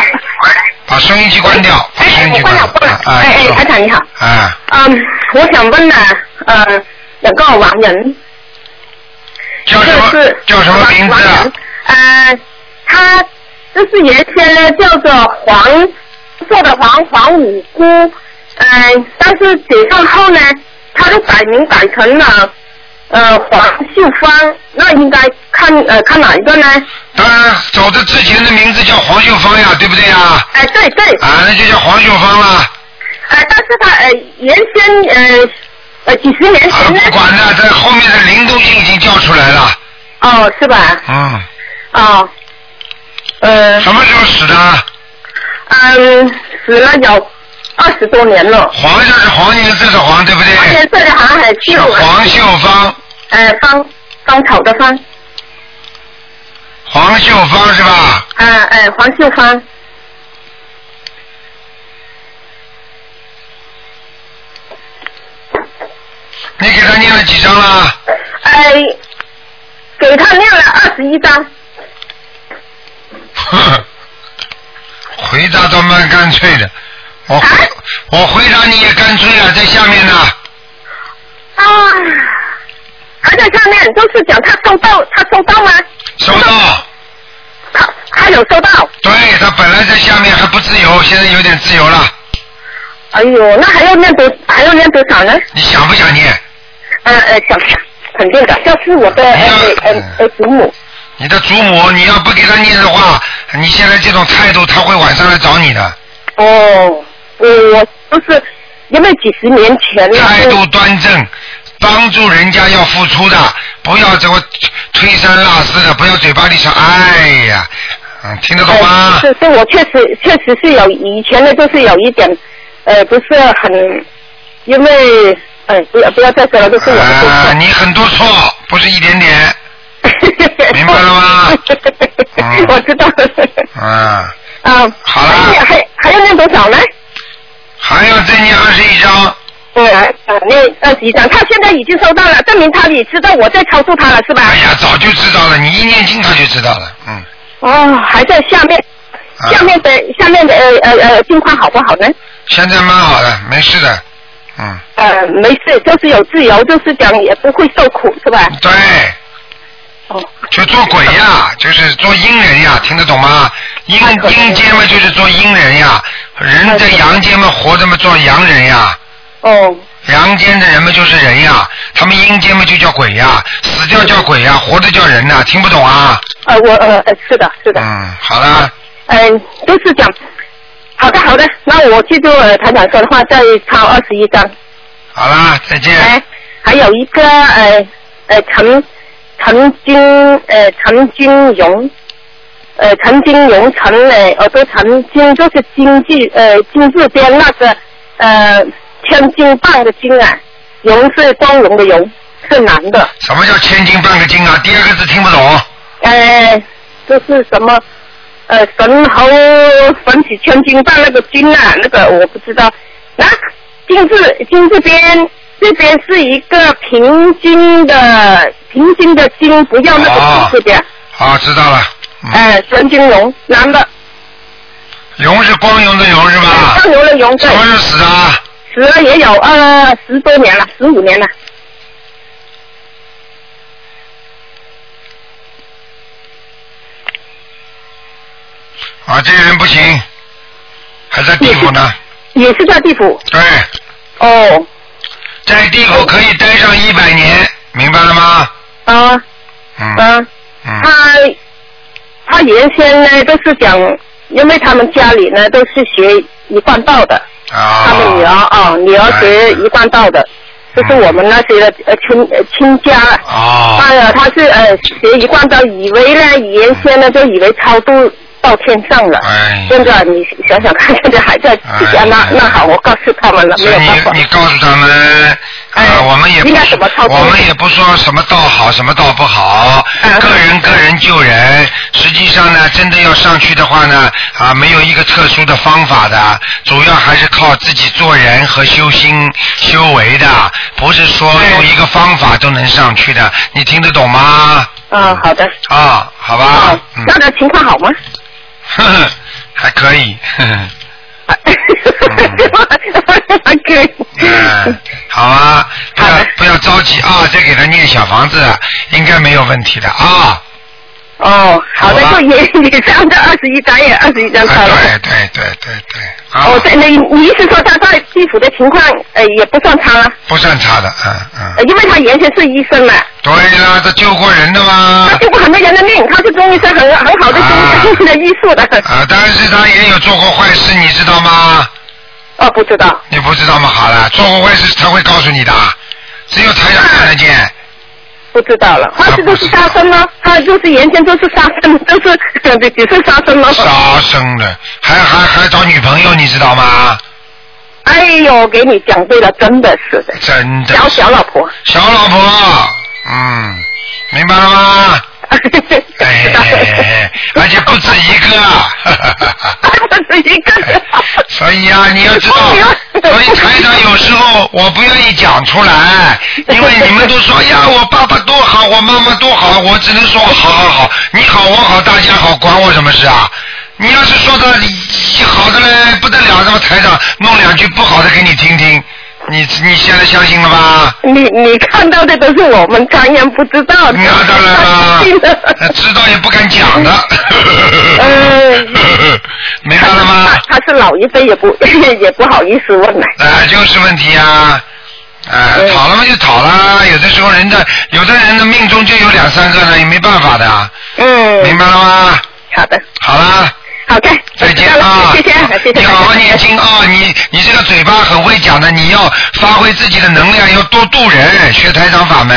把收音机关掉，把收哎，音机我关了，掉关了，。哎哎，哎，台长你好，啊，嗯，我想问呢，呃，两个亡人，一叫个什么是？叫什么名字亡啊人？呃，他就是原先呢叫做黄，做的黄黄五姑，呃，但是解放后呢，他就改名改成了呃黄秀芳，那应该看呃看哪一个呢？当然，走的之前的名字叫黄秀芳呀，对不对呀？哎、对对。啊，那就叫黄秀芳啦。呃，但是他呃原先呃呃几十年啊，前呢， 不管了，这后面的灵动性已经叫出来了。哦是吧？嗯。哦，呃什么时候死的？嗯，死了有二十多年了，黄就是黄颜色的黄，对不而且对？这里好像还是秀哎黄秀芳，呃芳芳草的芳，黄秀芳是吧？呃呃黄秀芳，你给他念了几张啊了？呃给他念了二十一张，哼， 回答倒蛮干脆的，我回、啊我回答你也干脆了，在下面呢。啊，还在下面就是讲他收到他收到吗？收到，他他有收到，对他本来在下面还不自由，现在有点自由了。哎呦，那还要念多还要念多少呢？啊哎你想不想念？呃呃，想肯定的，就是我的你要呃呃呃祖母，你的祖母，你要不给他念的话，你现在这种态度，他会晚上来找你的。哦，我我就是因为几十年前了态就度端正，帮助人家要付出的，不要这么推三落四的，不要嘴巴里说哎呀，嗯，听得懂吗？呃哎是是，我确实确实是有以前的，就是有一点，呃，不是很，因为，哎，不要不要再说了，都是我的错。啊，你很多错，不是一点点。明白了 吗？嗯我知道。啊，啊。好了还还还要念多少呢？还要再念二十一章。嗯，呃念二十一张，他现在已经收到了，证明他也知道我在超度他了，是吧？哎呀，早就知道了，你一念经他就知道了，嗯。哦，还在下面，啊下面的下面的呃呃呃情况好不好呢？现在蛮好的，没事的，嗯，呃，没事，就是有自由，就是讲也不会受苦，是吧？对，哦，就做鬼呀，就是做阴人呀，听得懂吗？阴阴间嘛，就是做阴人呀，人在阳间嘛，活着嘛做阳人呀，哦，阳间的人嘛就是人呀，他们阴间嘛就叫鬼呀，死掉叫鬼呀，活着叫人呐，听不懂啊？呃，我呃呃是的，是的，嗯，好了，嗯、都是讲，好的好的，那我记住呃台长说的话，再抄二十一张，好了，再哎、见。还有一个呃呃陈陈金呃陈金荣。呃，陈金荣，陈呃，耳朵陈金就是金字呃金字边那个呃千金棒的金啊，荣是光荣的荣，是男的。什么叫千金半个斤啊？第二个字听不懂。呃，就是什么呃神猴粉起千金棒那个金啊，那个我不知道。那金字金这边这边是一个平均的平均的金，不要那哦个金字边。好，啊知道了。嗯，哎、神金龙，男的，荣是光荣的荣是吧？上游的龙对什，么时候死啊？死了也有二十多年了，十五年了。啊，这个人不行，还在地府 呢。也是在地府对，哦，在地府可以待上一百年，明白了吗？啊、嗯啊、嗯，他他原先呢都是讲，因为他们家里呢都是学一贯道的，他们女儿啊，啊、女儿学一贯道的，就是我们那些的呃亲呃亲家了。哦，哎呀，他是呃学一贯道，以为呢原先呢就以为超度到天上了。哎现在你想想看，现在还在自家、那哎那好，我告诉他们了，没所有以办法你。你告诉他们，哎啊，我们也不应该怎么操作我们也不说什么道好，什么道不好，嗯个人个人救人。实际上呢，真的要上去的话呢，啊，没有一个特殊的方法的，主要还是靠自己做人和修心修为的，不是说嗯用一个方法都能上去的。你听得懂吗？嗯，好的。啊，好吧啊，，嗯那，的情况好吗？呵呵， 还可 以，嗯呵呵。啊 还可以。嗯，好啊，不好要的不要着急啊，再给他念小房子，应该没有问题的啊。哦，好啊的，好吧就也 也是按照二十一张也二十一张抄了。哎对对对对对，啊，哦，对，那你你意思说他在地府的情况，呃，也不算差啊，不算差的，嗯呃嗯。因为他原先是医生嘛，对啦，他救过人的嘛他。救过很多人的命，他是中医生，很很好的中医生的医术的。啊，但是他也有做过坏事，你知道吗？ 哦，不知道，你不知道吗？好了，做过坏事他会告诉你的，只有台长看得啊见。不知道了，他是就是杀生咯，他就是原先就是杀生， 就是只只是杀生咯。杀生的，还还还找女朋友，你知道吗？哎呦，给你讲对了，真的是的，真的。小小老婆。 小老婆，嗯，明白了 吗？哎，而且不止一个， 这一个。 所以啊，你要知道，所以台长有时候我不愿意讲出 来，因为你们都说哎呀，我爸爸多好，我妈妈多好，我只能说好好好，你好我好大家好，管我什么事啊？你要是说的好的嘞不得了，那么台长弄两句不好的给你听听，你你现在相信了吧？你你看到的都是我们常人不知道的。，嗯那当然啦 那知道也不敢讲的。嗯 哎明白了吗？ 哎他他是老一辈，也不也不好意思问了。啊，就是问题啊。哎呃，讨了嘛就讨啦，有的时候人的有的人的命中就有两三个呢，也没办法的啊，嗯，明白了吗？好的，好啦，好的，再见我知道了啊！谢谢，谢谢你台长，好好念经啊！你你这个嘴巴很会讲的，你要发挥自己的能量，要多度人，学台长法门，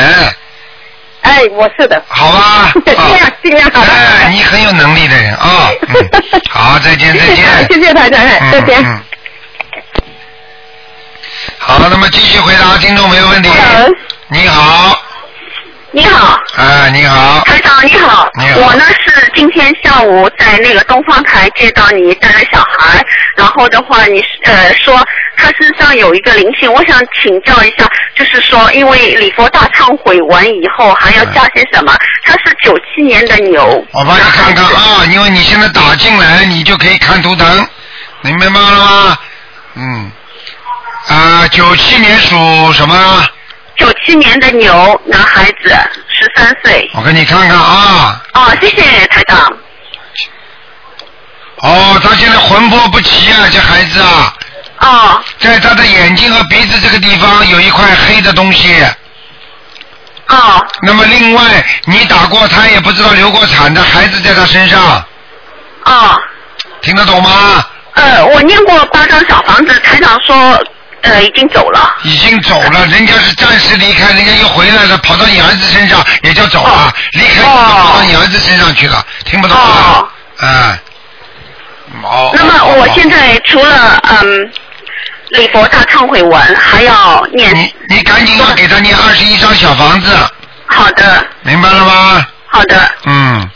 哎，我是的，好 吧？尽量啊尽量好哎，的。你很有能力的人 啊！嗯好，再见，再见。谢谢台长，哎再见。嗯嗯好，那么继续回答听众没有问题。 Hello 你好，你好，哎，你好，台长你好，你好我呢是今天下午在那个东方台见到你带了小孩，然后的话你是呃说他身上有一个灵性，我想请教一下，就是说因为礼佛大忏悔完以后还嗯要加些什么？他是九七年的牛，我帮你看看啊，因为你现在打进来，你就可以看图腾，你明白了吗？嗯，啊，九七年属什么？九七年的牛男孩子，十三岁。我给你看看啊，哦，谢谢台长。哦，他现在魂魄不齐啊，这孩子啊，哦，在他的眼睛和鼻子这个地方有一块黑的东西。哦，那么另外，你打过胎也不知道流过产的孩子在他身上，哦。听得懂吗？呃，我念过八张小房子，台长说，呃，已经走了。已经走了，人家是暂时离开，人家又回来了，跑到你儿子身上也叫走了，哦离开你哦跑到你儿子身上去了，听不懂啊哦？嗯，哦。那么我现在在除了嗯礼佛大忏悔文，还要念。你你赶紧要给他念二十一张小房子，好的，明白了吗？好的，嗯。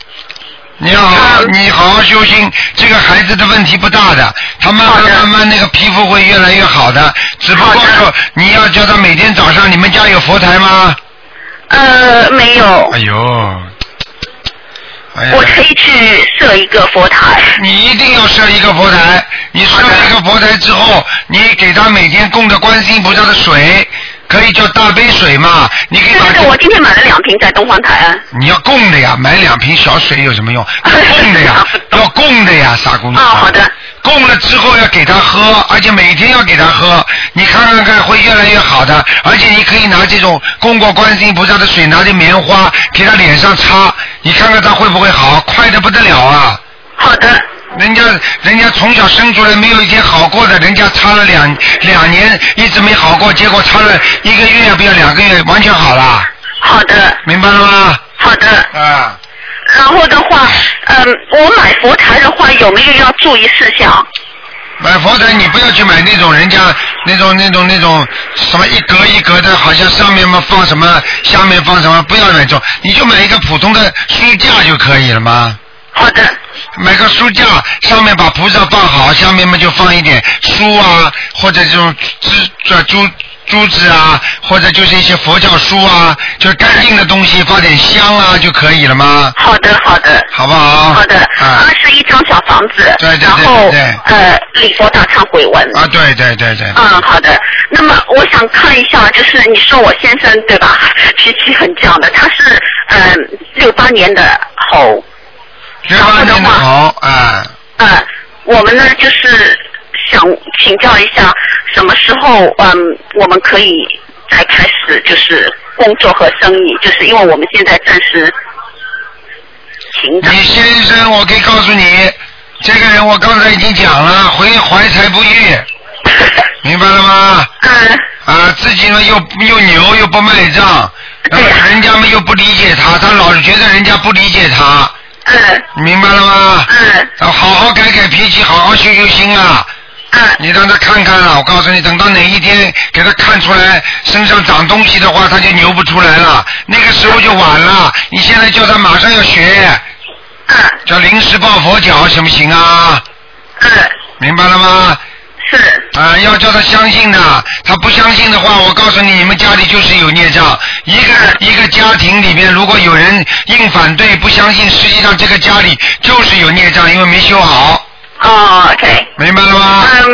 你好，嗯你好好修心。这个孩子的问题不大的，他慢好慢的慢慢那个皮肤会越来越好的。只不过好的说你要叫他每天早上，你们家有佛台吗？呃，没有，哎呦，哎嗯呀我，可以去设一个佛台。你一定要设一个佛台。你设了一个佛台之后，你给他每天供着观世音菩萨的水，可以叫大杯水嘛？你可以把这这个我今天买了两瓶在东方台。啊你要供的呀，买两瓶小水有什 么用？要供的呀不，懂要供的呀，傻姑娘。哦好的。供了之后要给他喝，而且每天要给他喝，你看看看会越来越好的。而且你可以拿这种供过观世音菩萨的水，拿着棉花给他脸上擦，你看看他会不会好？快的不得了啊！好的，人家人家从小生出来没有一天好过的，人家擦了两两年一直没好过，结果擦了一个月不要两个月完全好了，好的，明白了吗？好的。啊。然后的话，嗯，我买佛台的话，有没有要注意事项？买佛台，你不要去买那种人家那种那种那种什么一格一格的，好像上面嘛放什么，下面放什么，不要买这种，你就买一个普通的书架就可以了嘛。好的，买个书架，上面把菩萨放好，下面嘛就放一点书啊，或者这种枝这珠珠子啊，或者就是一些佛教书啊，就是干净的东西，放点香啊就可以了嘛，好的，好的。好不好？好的，啊二十一张小房子，对对对然后对呃，礼佛大忏悔文。啊，对对对对，嗯，好的。那么我想看一下，就是你说我先生对吧？ 脾气很犟的，他是呃六八年的猴，六八年的猴，啊。呃，我们呢就是想请教一下，什么时候嗯我们可以再开始就是工作和生意？就是因为我们现在暂时 停的。 你先生，我可以告诉你，这个人我刚才已经讲了，怀怀才不遇，明白了吗？嗯，啊，自己呢又又牛又不卖账，然后人家们又不理解他，他老是觉得人家不理解他，嗯明白了吗？嗯啊好好改改脾气，好好修修心啊！嗯，你让他看看啊，我告诉你，等到哪一天给他看出来身上长东西的话，他就牛不出来了，那个时候就晚了。你现在叫他马上要学，嗯叫临时抱佛脚行不行啊？嗯，明白了吗？是。啊，要叫他相信的，他不相信的话，我告诉你，你们家里就是有孽障。一个一个家庭里面，如果有人硬反对、不相信，实际上这个家里就是有孽障，因为没修好，哦，OK。明白了吗？嗯，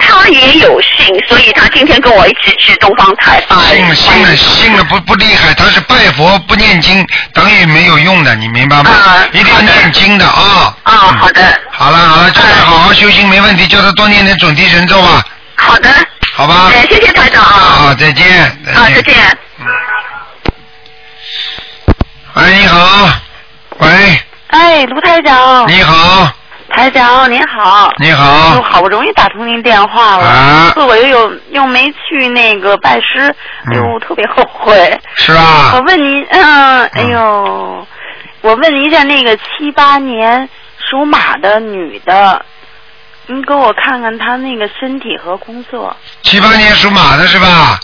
他也有信，所以他今天跟我一起去东方台拜。信了哦信了信了不不厉害，他是拜佛不念经，等于没有用的，你明白吗？啊一定要念经的啊。哦，好的，好了好了，叫他好好修心没问题，叫他多念点准提神咒吧。好的，呃好吧？哎，谢谢台长啊！好，再见。啊，再见。嗯哎，你好，喂，哎，卢台长。你好。台长您好。你好又好不容易打通您电话了，啊可我又有又没去那个拜师，哎嗯呦，特别后悔。是吧我问您，嗯，哎呦，我问您一下，那个七八年属马的女的，您给我看看她那个身体和工作。七八年属马的是吧？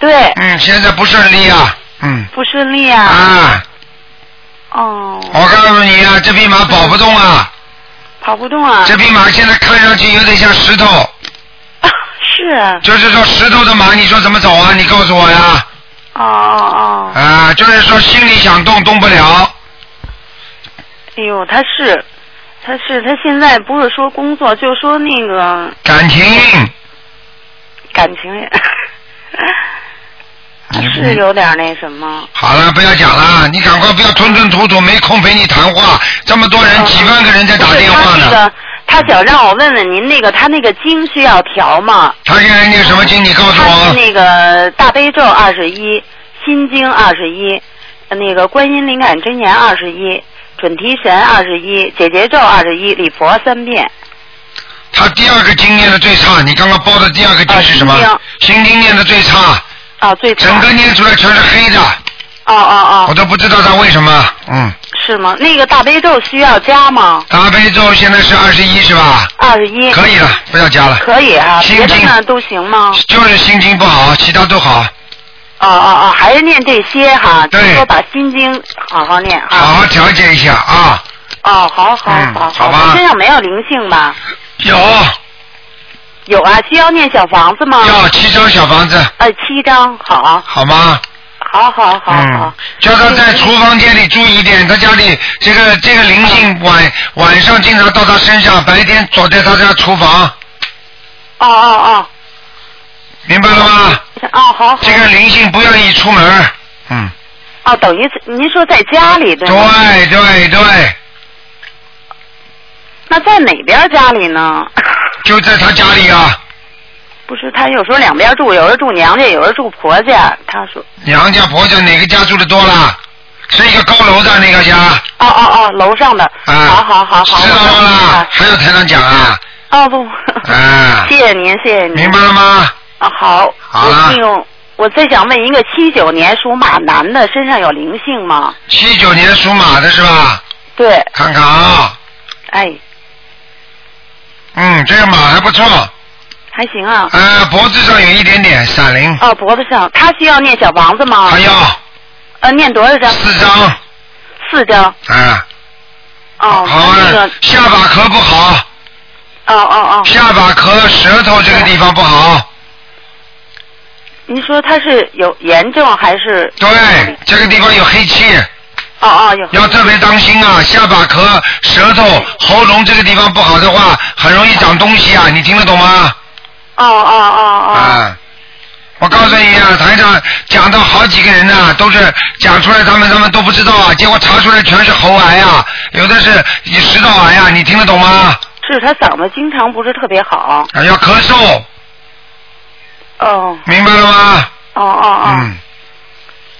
对。嗯，现在不顺利啊，嗯。不顺利啊。啊。哦，我告诉你啊，这匹马跑不动啊，跑不动啊。这匹马现在看上去有点像石头，是啊。就是说石头的马，你说怎么走啊？你告诉我呀。哦哦哦。啊，就是说心里想动动不了，哎呦，她是，她是，她现在不是说工作，就说那个感情感情也你 是有点那什么。好了，不要讲了，啊你赶快不要吞吞吐吐，没空陪你谈话。这么多哦人，哎几万个人在打电话那呢。个，她想让我问问您，那个她那个经需要调吗？他现在念什么经？你告诉她是我。那个大悲咒二十一，心经二十一，那个观音灵感真言二十一，准提神二十一，解结咒二十一，礼佛三遍。他第二个经念的最差，你刚刚报的第二个经是什么？心经念的最差，啊，最整个念出来全是黑的，哦哦我哦，都不知道他为什么。嗯，是吗？那个大悲咒需要加吗？大悲咒现在是二十一是吧？二十一。可以了，不要加了。嗯可以啊，心别的经呢都行吗？就是心经不好，其他都好。哦哦哦，还是念这些哈，就说把心经好好念好啊。好调节一下啊。哦，好好好嗯好吧身上没有灵性吧？有有啊，需要念小房子吗？要七张小房子，呃，七张，好，好吗？好好好好。叫他在厨房间里注意一点，他家里这个这个灵嗯性晚晚上经常到他身上，白天躲在他家厨房，哦哦明白了吗？哦，哦好。这个灵性不愿意出门，嗯，哦，等于是您说在家里对吗？对对对，那在哪边家里呢？ 就在他家里啊，不是，他有时候两边住，有时候住娘家，有时候住婆家。他说，娘家婆家哪个家住的多啦？是一个高楼的那个家，啊哦哦哦，楼上的，嗯好好好好，知道了。还有台上讲啊，哦不，啊， 谢谢您，谢谢您。明白了吗？啊，好。好我了那个，我再想问一个，七九年属马男的身上有灵性吗？七九年属马的是吧？对，看看啊，哎，嗯，这个马还不错，还行啊。呃，脖子上有一点点闪灵，哦，脖子上，他需要念小房子吗？还要呃，念多少张？四张。四张。啊，哦，好那个了，，下巴壳不好，啊哦哦哦，下巴壳、舌头这个地方不好，您说他是有炎症还是？对，这个地方有黑气，哦哦，有。要特别当心啊！下巴壳、舌头、喉咙这个地方不好的话，很容易长东西啊！你听得懂吗？哦哦哦哦，啊，我告诉你啊，台上讲到好几个人呐、都是讲出来，他们他们都不知道啊，结果查出来全是喉癌啊，有的是食道癌啊，你听得懂吗？是他嗓子经常不是特别好。啊，要咳嗽，哦明白了吗？哦哦哦，嗯，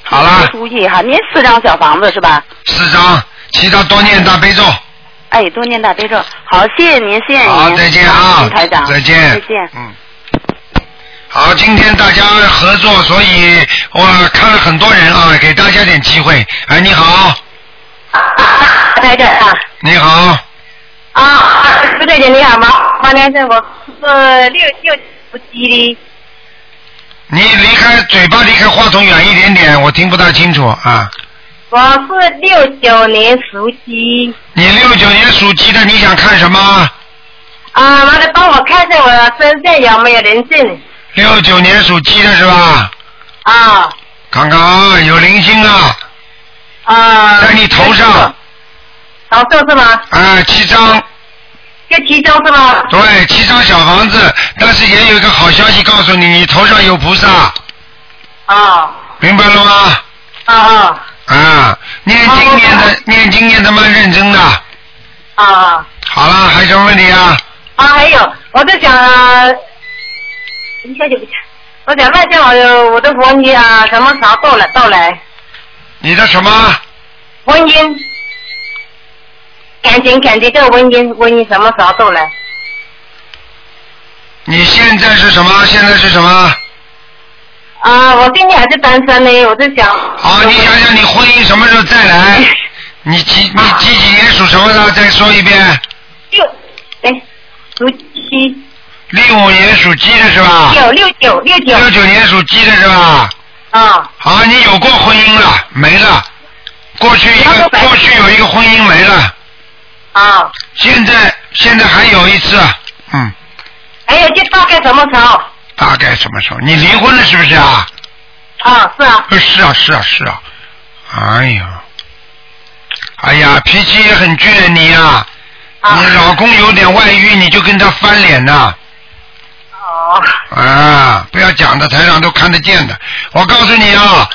好啦，注意哈，您四张小房子是吧？四张，其他多念大悲咒。哎，多念大悲咒。好，谢谢您，谢谢您。好，再见谢啊谢嗯台长，，再见，再见。 嗯。好，今天大家合作，所以我看了很多人啊，给大家点机会。哎，你好，台长啊你好，啊，刘姐姐你好吗？麻先生，我是啊六六不吉利，你离开嘴巴离开话筒远一点点，我听不大清楚啊。我是六九年属鸡你六九年属鸡的，你想看什么？啊，麻烦帮我看看我身上有没有人证六九年属鸡的是吧？啊看看啊，有灵性啊，啊。在你头上，头上是吗？啊，七张。就其中是吗？对，七张小房子，但是也有一个好消息告诉你，你头上有菩萨，啊明白了吗？啊啊啊，念经念的念经念的蛮认真的。啊啊！好了，还有什么问题啊？啊，还有，我在想、啊，一下就不见。我在外县，我我的婚姻啊，什么啥到来到来，你的什么？婚姻，感情感情这个婚姻婚姻什么啥到来？你现在是什么？现在是什么？啊，我现在还是单身呢，我是想。啊，你想想你婚姻什么时候再来？你几你几几年属什么的？再说一遍。六，哎，属鸡。六五年属鸡的是吧？六六九六九。六九年属鸡的是吧？啊。好，你有过婚姻了？没了。过去一个，过去有一个婚姻没了。啊。现在现在还有一次，嗯，哎还有就大概什么时候？大概什么时候？你离婚了是不是啊？啊，是啊。呃是啊，是啊，是啊。哎呀，哎呀，脾气也很倔你呀、你老公有点外遇，你就跟他翻脸呐、啊，不要讲的，台上都看得见的。我告诉你啊，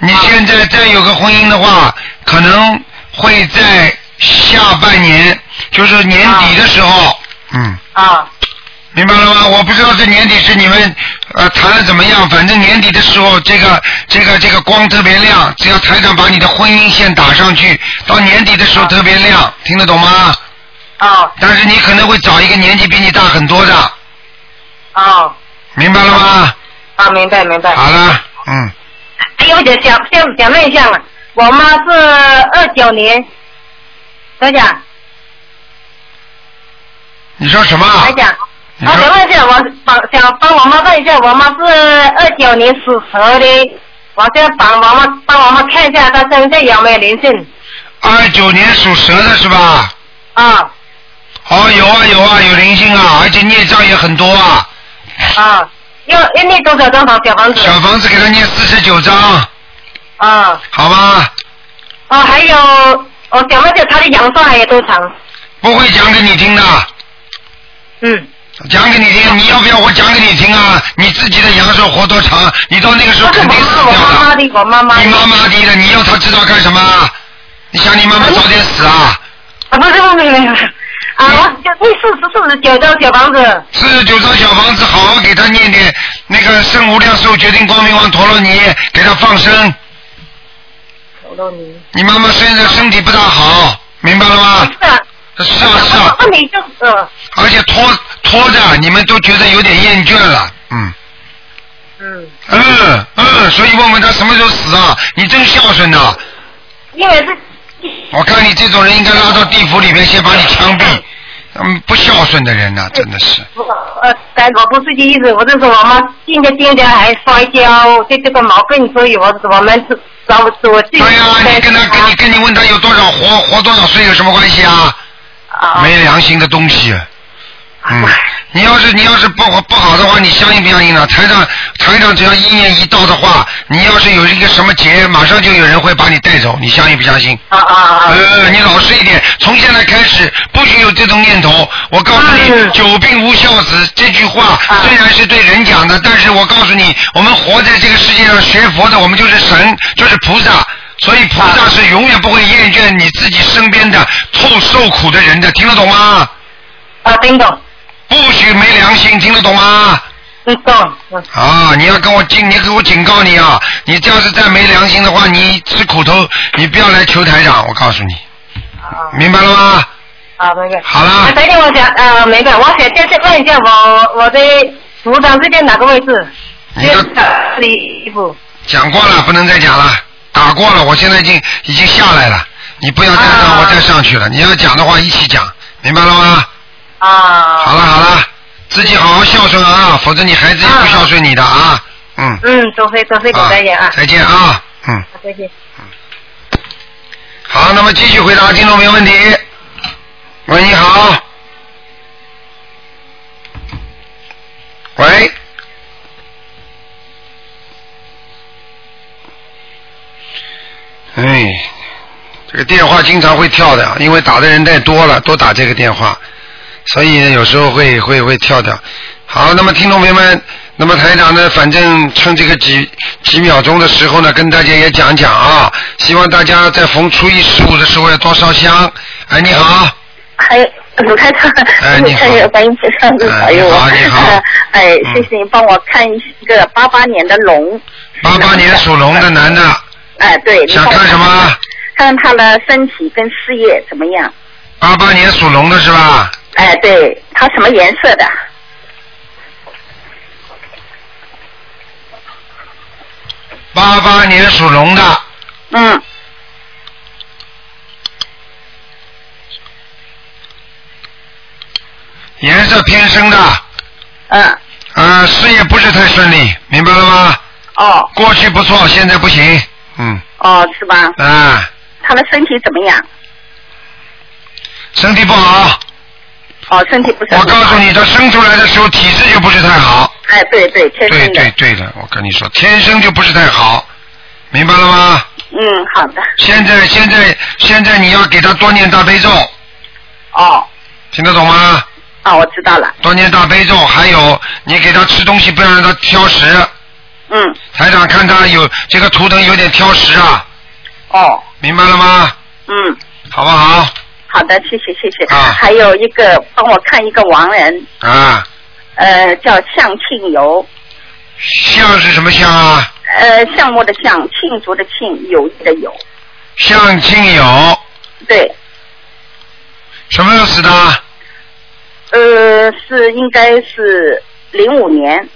你现在再有个婚姻的话，可能会在下半年，就是年底的时候，嗯，啊，明白了吗？我不知道这年底是你们呃谈的怎么样，反正年底的时候，这个这个这个光特别亮，只要台长把你的婚姻线打上去，到年底的时候特别亮，听得懂吗？啊。但是你可能会找一个年纪比你大很多的，啊明白了吗？啊，明白明白。好了，嗯，哎呦，我想想想想问一下嘛，我妈是二九年，等一下，你说什么？等一下，我想啊问一下，我帮想帮我妈问一下，我妈是二九年属蛇的，我想帮我妈帮我妈看一下她身上有没有灵性二九年属蛇的是吧？啊哦，有啊有啊，有灵性啊，而且孽障也很多啊。啊，要要念多少张房小房子？小房子给他念四十九章，啊好吗？哦，还有哦我想问一下她的阳寿还有多长？不会讲给你听的。嗯。讲给你听，你要不要我讲给你听啊？你自己的阳寿活多长？你到那个时候肯定死掉我妈了。妈的，我妈妈的。你妈妈的了，你要他知道干什么啊？你想你妈哎妈早点死啊？啊，不是不是不是不是啊，我就那四十四十九张小房子四十九张小房子，好好给他念念那个圣无量寿决定光明王陀罗尼，给他放生。你妈妈现在身体不大好，明白了吗？是啊是啊，问题就是，嗯而且拖拖着，你们都觉得有点厌倦了，嗯。嗯。嗯嗯，所以问问他什么时候死啊？你真孝顺呐、因为是我看你这种人应该拉到地府里面先把你枪毙，嗯，不孝顺的人呐、真的是。我呃，但我不是这意思，我就是我妈现在现在还摔跤，这这个毛病，所以我我们是找我我自己。对呀、啊你跟他跟你跟你问他有多少活活多少岁有什么关系啊？没良心的东西。啊嗯，你要是你要是不好不好的话，你相信不相信呢？台上台上只要一念一到的话，你要是有一个什么劫，马上就有人会把你带走，你相信不相信？啊啊啊！呃，你老实一点，从现在开始不许有这种念头。我告诉你，久病无孝子这句话虽然是对人讲的，但是我告诉你，我们活在这个世界上学佛的，我们就是神，就是菩萨。所以菩萨是永远不会厌倦你自己身边的痛受苦的人的，听得懂吗？啊，听懂。不许没良心，听得懂吗？听懂。嗯啊，你要跟我警，你给我警告你啊！你要是再没良心的话，你吃苦头，你不要来求台长，我告诉你，明白了吗？啊，明白。好了啊，等等，我想呃，明白，我想再再问一下我我的服装是在哪个位置？你的这里衣服。讲过了，不能再讲了，打过了，我现在已经已经下来了，你不要再让我再上去了。你要讲的话一起讲，明白了吗？啊。好了好了，自己好好孝顺啊，否则你孩子也不孝顺你的啊。嗯。嗯，都会都会给啊大家啊。再见啊，嗯。好再见。好，那么继续回答听众朋友问题。喂，你好。喂。哎，这个电话经常会跳的，因为打的人太多了，都打这个电话，所以呢有时候会会会跳掉。好，那么听众朋友们，那么台长呢，反正趁这个几几秒钟的时候呢，跟大家也讲讲啊，希望大家在逢初一十五的时候要多烧香。哎，你好，还卢台长， 哎你好看有观音菩萨哎保佑你我。好你好嗯呃 哎，谢谢你帮我看一个八八年的龙。八八年属龙的男的，哎，对。想看什么？看看他的身体跟事业怎么样？八八年属龙的是吧？哎，对，他什么颜色的？八八年属龙的，嗯，颜色偏深的。嗯。呃，事业不是太顺利，明白了吗？哦。过去不错，现在不行。嗯。哦，是吧？啊，他的身体怎么样？身体不好。哦，身体不我告诉你，他生出来的时候体质就不是太好。哎，对对，天对对对的，我跟你说，天生就不是太好，明白了吗？嗯，好的。现在现在现在你要给他多念大悲咒。哦。听得懂吗？啊，我知道了。多念大悲咒，还有你给他吃东西不要让他挑食。嗯。台长看他有这个图腾有点挑食啊。哦。明白了吗？嗯，好不好？好的，谢谢谢谢。还有一个，帮我看一个亡人，啊，呃，叫向庆友，像是什么像啊？呃，项目的项，庆祝的庆，友谊的友。像亲友，对，什么时候死的？呃，是应该是零五年，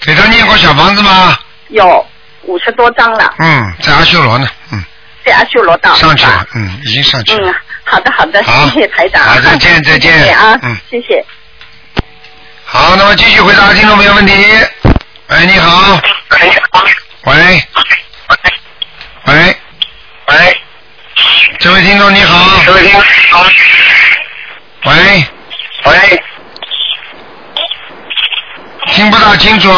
给他念过小房子吗？有五十多张了，嗯，在阿修罗呢，嗯，在阿修罗道。上去是吧了，嗯，已经上去了。嗯，好的好的，好谢谢台长。好再见再见谢谢啊，嗯谢谢。好，那么继续回答听众朋友问题。喂，哎你好。喂。喂。喂。这位听众你好。这位听众好。喂。喂。听不大清楚。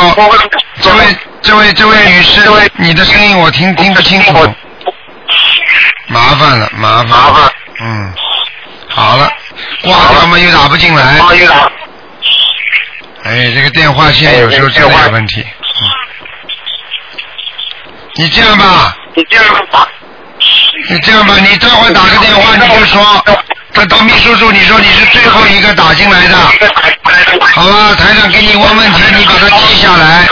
这位这位这位女士，你的声音我听听不清楚。麻烦了，麻烦。麻烦。嗯。好了，挂掉嘛又打不进来。哎，这个电话线有时候真的有问题。嗯。你这样吧。你这样吧。你这样吧，你待会打个电话，你就说，跟当秘书处，你说你是最后一个打进来的，好吧？台长给你问问题，你把它记下来。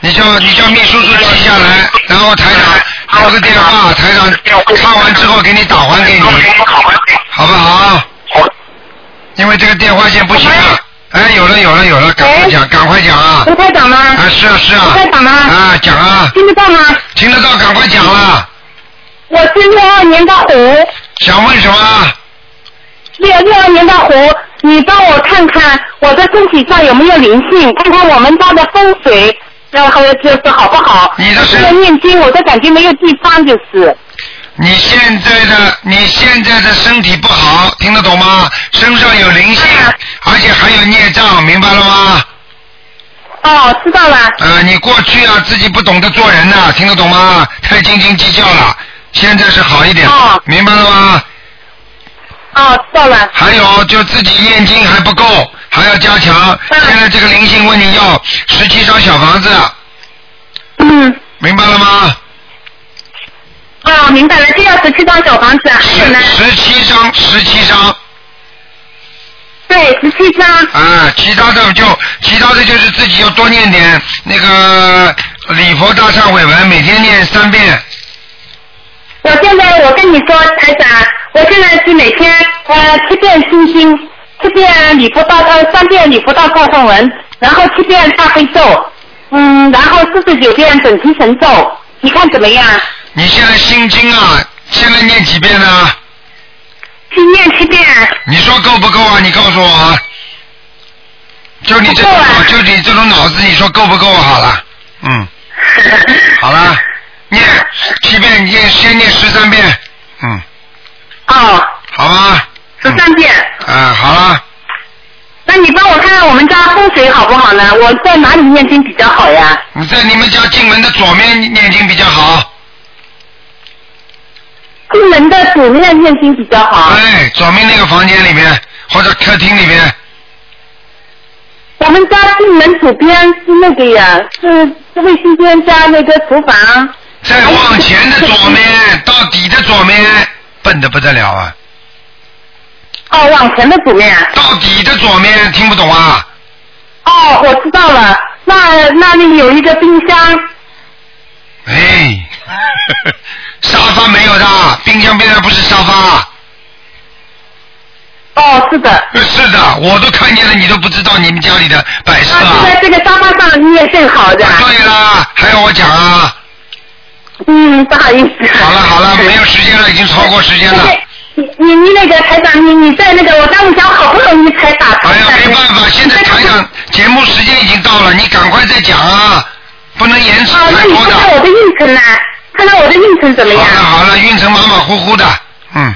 你叫你叫秘书处记下来，然后台长留个电话，台长看完之后给你打还给你，好不好？因为这个电话线不行啊。哎，有了有了有了，赶快讲，赶快讲啊！卢台长吗？啊，是啊是啊。卢台长吗啊，讲啊。听得到吗？听得到，赶快讲啊！我是六二年的虎，想问什么？六六二年的虎，你帮我看看我的身体上有没有灵性，看看我们家的风水，然后就是好不好？你的这个念经，我都感觉没有地方，就是。你现在的你现在的身体不好，听得懂吗？身上有灵性，啊而且还有孽障，明白了吗？哦，知道了。呃，你过去啊自己不懂得做人呐、听得懂吗？太斤斤计较了，现在是好一点，明白了吗？哦，知道了。还有就自己念经还不够，还要加强。现在这个灵性问你要十七张小房子，嗯，明白了吗？哦，明白了，这要十七张小房子，啊还有呢？十七张，十七张。对，十七张。啊，其他的就其他的就是自己要多念点那个礼佛大忏悔文，每天念三遍。我现在我跟你说，台长，我现在是每天呃七遍心经，七遍礼佛大呃三遍礼佛大忏悔文，然后七遍大悲哎咒，嗯，然后四十九遍准提神咒，你看怎么样？你现在心经啊，现在念几遍呢？去念七遍。你说够不够啊？你告诉我啊。就你这种脑，就你这种脑子，你说够不够啊好了？嗯。好了，念七遍，念先念十三遍。嗯。哦。好吧。十三遍。啊，好了，那你帮我看看我们家风水好不好呢？我在哪里念经比较好呀？你在你们家进门的左面念经比较好。进门的主面念经比较好。哎，左面那个房间里面或者客厅里面，我们家进门左边是那个呀，是是卫生间加那个厨房。再往前的左面到底的左面，笨的不得了啊！哦，往前的左面。到底的左面听不懂啊？哦，我知道了。那那里有一个冰箱，哎，沙发没有的，冰箱边上不是沙发。呃哦，是的。是的，我都看见了，你都不知道你们家里的摆设啊。在这个沙发上你也正好的。对啦，还要我讲啊？嗯，不好意思。好了好了， 没有时间了，已经超过时间了。你你你那个台长，你你在那个我当时想好不容易才打通的。哎没办法，现在台 长节目时间已经到了，你赶快再讲啊，不能延迟哦，那太你多看的。看我的运程呢？啊看看我的运程怎么样？好了好了，运程马马虎虎的，嗯，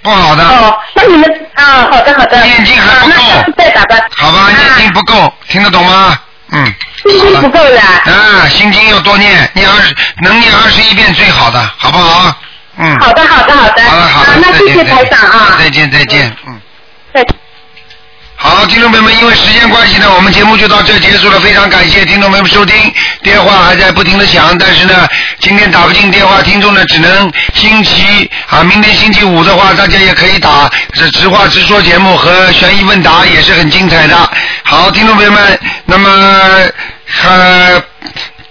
不好的。哦，那你们啊，好的好的。啊念经还不够。再打吧。啊好吧，念经不够，听得懂吗？嗯。心经不够的。啊，心经要多念，念二十，能念二十一遍最好的，好不好？嗯。好的好的好的。好了好了啊，那谢谢再见台长啊。再见再见，嗯。再好，听众朋友们，因为时间关系呢，我们节目就到这结束了。非常感谢听众朋友们收听，电话还在不停的响，但是呢，今天打不进电话，听众呢只能星期啊，明天星期五的话，大家也可以打这直话直说节目和悬疑问答也是很精彩的。好，听众朋友们，那么呃。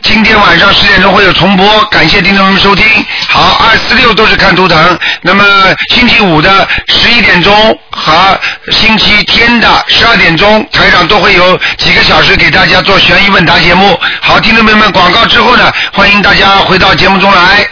今天晚上十点钟会有重播，感谢听众朋友们收听。好，二四六都是看图腾，那么星期五的十一点钟和星期天的十二点钟，台长都会有几个小时给大家做悬疑问答节目。好，听众朋友们，广告之后呢，欢迎大家回到节目中来。